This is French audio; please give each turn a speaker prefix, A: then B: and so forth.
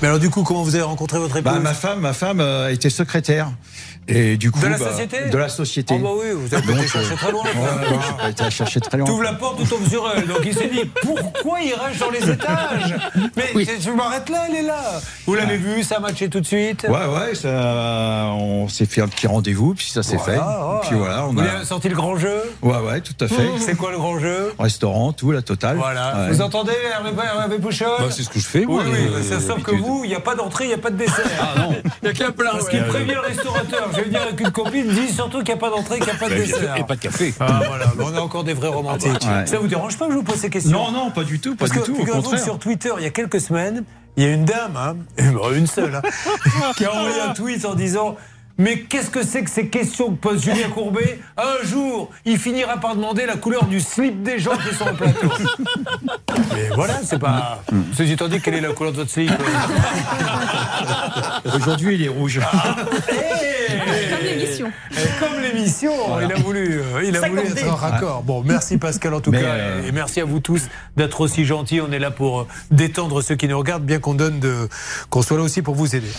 A: Mais alors du coup, comment vous avez rencontré votre épouse
B: Bah, ma femme, ma femme euh, était secrétaire. Et du coup,
A: De la
B: bah,
A: société
B: de la société. euh,
A: Oh bah oui, vous avez été chercher très loin.
B: Ouais, ouais, j'ai pas été la chercher très
A: Tu
B: loin.
A: ouvres la porte, tout tombe sur elle. Donc il s'est dit, pourquoi il reste dans les étages Mais c'est- je m'arrête là, elle est là. Vous l'avez vu, ça a matché tout de suite.
B: Ouais, ouais, ça, on s'est fait un petit rendez-vous, puis ça s'est fait.
A: Voilà,
B: Puis voilà, on
A: Vous
B: a.
A: avez sorti le grand jeu
B: Ouais, ouais, tout à fait.
A: C'est quoi le grand jeu
B: Restaurant, tout, la totale.
A: Voilà.
B: Ouais.
A: Vous entendez, Hervé, Hervé Pouchol
C: Bah, c'est ce que je fais,
A: Oui,
C: moi.
A: oui,
C: euh,
A: c'est sauf que
C: d'habitude. Ah,
A: vous, il n'y a pas d'entrée, il n'y a pas de dessert.
C: Il n'y a qu'un plat.
A: Ce qui prévient le restaurateur, je vais venir avec une copine, dis surtout qu'il n'y a pas d'entrée, qu'il n'y a
C: Bah,
A: pas de dessert.
C: Et pas de café.
A: Ah, voilà, mais on est encore des vrais romantiques.
B: ouais.
A: Ça vous dérange pas que je vous pose ces questions
B: Non, non, pas du tout, pas
A: Parce
B: du
A: que
B: tout, au
A: figurez-vous que
B: contraire.
A: sur Twitter, il y a quelques semaines, il y a une dame, hein, bon, une seule, hein, qui a envoyé un tweet en disant Mais qu'est-ce que c'est que ces questions que pose Julien Courbet Un jour, il finira par demander la couleur du slip des gens qui sont au plateau. Mais voilà, c'est pas. Ceci étant dit, quelle est la couleur de votre slip euh
B: Aujourd'hui, il est rouge.
A: Hey
D: Comme l'émission.
A: Et Euh, Comme l'émission, il a voulu, euh, il a voulu être en raccord. Bon, merci Pascal en tout
B: Mais,
A: cas,
B: euh,
A: et merci à vous tous d'être aussi gentils. On est là pour euh, détendre ceux qui nous regardent, bien qu'on donne de, qu'on soit là aussi pour vous aider.